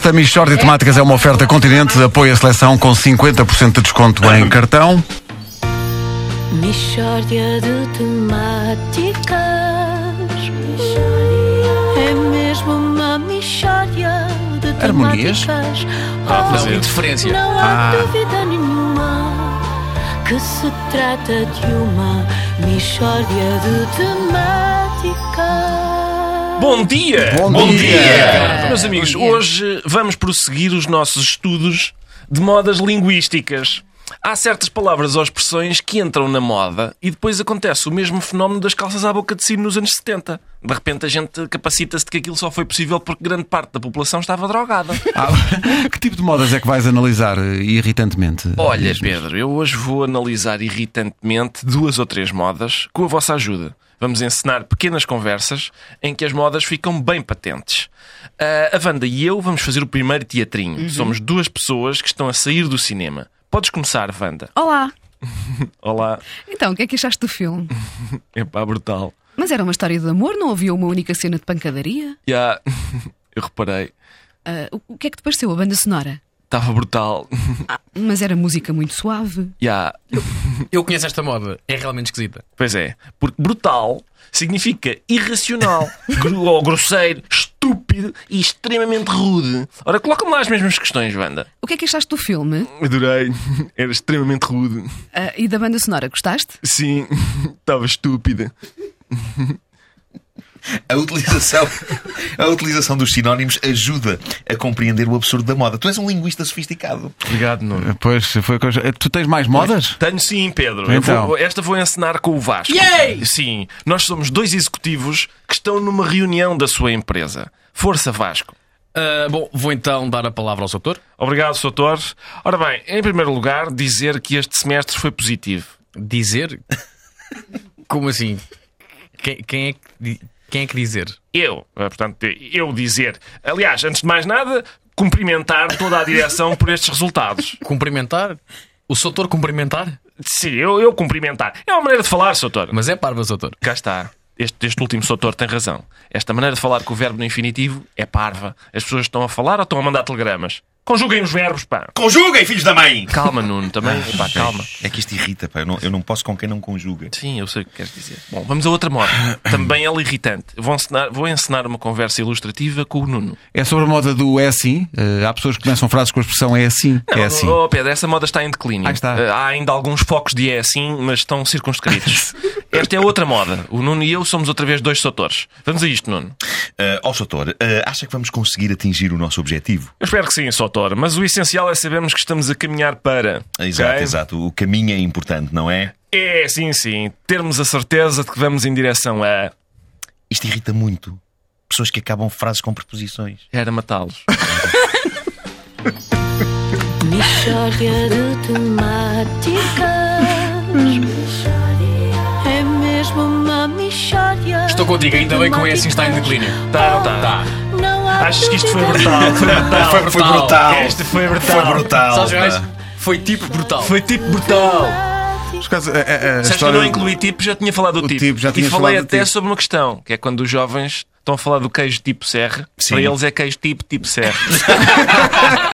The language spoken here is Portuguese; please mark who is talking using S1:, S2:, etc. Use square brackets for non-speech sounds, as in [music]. S1: Esta Michórdia de Temáticas é uma oferta Continente de apoio à seleção com 50% de desconto em cartão.
S2: Mishória de temáticas É mesmo uma mishória de temáticas
S1: Harmonias?
S3: Ah,
S2: Oh,
S3: fazer. Interferência.
S2: Não há dúvida nenhuma Que se trata de uma mishória de temáticas
S3: Bom dia!
S1: Bom dia!
S3: Meus amigos,
S2: Bom dia.
S3: hoje vamos prosseguir os nossos estudos de modas linguísticas. Há certas palavras ou expressões que entram na moda e depois acontece o mesmo fenómeno das calças à boca de sino nos anos 70. De repente a gente capacita-se de que aquilo só foi possível porque grande parte da população estava drogada.
S1: Ah, [laughs] que tipo de modas é que vais analisar eh, irritantemente?
S3: Olha,
S1: Diz-me.
S3: Pedro, eu hoje vou analisar irritantemente duas ou três modas com a vossa ajuda. Vamos encenar pequenas conversas em que as modas ficam bem patentes. Ah, a Wanda e eu vamos fazer o primeiro teatrinho. Somos duas pessoas que estão a sair do cinema. Podes começar, Wanda.
S4: Olá!
S3: Olá.
S4: Então, o que é que achaste do filme?
S3: Epá, brutal.
S4: Mas era uma história de amor, não havia uma única cena de pancadaria?
S3: Já, [laughs] eu reparei.
S4: Ah, o- o que é que te pareceu a banda sonora?
S3: Estava brutal. [laughs]
S4: Mas era música muito suave.
S3: Já.
S5: Eu conheço esta moda, é realmente esquisita.
S3: Pois é, porque brutal significa [laughs] irracional, gru- ou grosseiro, estúpido e extremamente rude. Ora, coloca-me lá as mesmas questões, Wanda.
S4: O que é que achaste do filme?
S3: Adorei, era extremamente rude.
S4: Ah, e da banda sonora, gostaste?
S3: Sim, [laughs] estava estúpida.
S6: A utilização, [laughs] a utilização dos sinónimos ajuda a compreender o absurdo da moda. Tu és um linguista sofisticado.
S3: Obrigado, Nuno.
S1: Pois, foi a coisa. eh, Tu tens mais modas?
S3: Tenho sim, Pedro. Eu
S1: Então.
S3: vou- esta vou encenar com o Vasco. Sim, nós somos dois executivos que estão numa reunião da sua empresa. Força, Vasco.
S5: Ah, bom, vou então dar a palavra ao seu autor.
S3: Obrigado, Sr. Torres. Ora bem, em primeiro lugar, dizer que este semestre foi positivo.
S5: Dizer. [laughs] Como assim? Quem, quem é que, di- quem é que dizer?
S3: Eu, eh, portanto, eu dizer. Aliás, antes de mais nada, cumprimentar toda a direção por estes resultados.
S5: Cumprimentar? O seu autor cumprimentar?
S3: Sim, eu, eu cumprimentar. É uma maneira de falar, Soutor.
S5: Mas é parva, seu autor.
S3: Cá está. Este, este último Soutor tem razão. Esta maneira de falar com o verbo no infinitivo é parva. As pessoas estão a falar ou estão a mandar telegramas? Conjuguem os verbos, pá.
S6: Conjuguem, filhos da mãe!
S3: Calma, Nuno, também. Pá, calma.
S6: É que isto irrita, pá. Eu não, eu não posso com quem não conjuga.
S3: Sim, eu sei o que queres dizer. Bom, vamos a outra moda. Também ela irritante. Vou encenar, vou encenar uma conversa ilustrativa com o Nuno.
S1: É sobre a moda do é assim? Eh, há pessoas que começam frases com a expressão é assim? é assim.
S3: Oh, Pedro, essa moda está em declínio.
S1: Ah, está.
S3: Eh, Há ainda alguns focos de é assim, mas estão [laughs] circunscritos. Esta é outra moda. O Nuno e eu somos outra vez dois soutores. Vamos a isto, Nuno.
S6: Ah, ó, Soutor, ah, acha que vamos conseguir atingir o nosso objetivo?
S3: Eu espero que sim, soutor, mas o essencial é sabermos que estamos a caminhar para.
S6: Exato,
S3: ok?
S6: exato. O caminho é importante, não é?
S3: É, sim, sim. Termos a certeza de que vamos em direção a.
S6: Isto irrita muito. Pessoas que acabam frases com preposições.
S3: Era matá-los.
S2: Mishória de temáticas É mesmo uma mishória
S5: Estou contigo, ainda bem que o é assim está em declínio.
S3: Tá, não
S2: Oh,
S3: tá.
S2: Não há
S3: Achas que isto foi
S2: dúvida
S3: brutal? [laughs] Foi brutal.
S5: Foi brutal.
S3: Este foi
S6: Foi
S3: É brutal.
S6: brutal.
S5: Sabes, mais?
S6: pá.
S5: Foi tipo brutal.
S3: Foi tipo brutal.
S1: Por causa- eh, eh, a
S3: Se acho que eu
S1: história-
S3: não incluí tipo, já tinha falado do
S1: O
S3: tipo.
S1: tipo, já
S3: e
S1: tinhas
S3: falei
S1: falado do
S3: até
S1: tipo.
S3: sobre uma questão, que é quando os jovens estão a falar do queijo tipo serra,
S6: Sim.
S3: [laughs] para eles é queijo tipo tipo serra.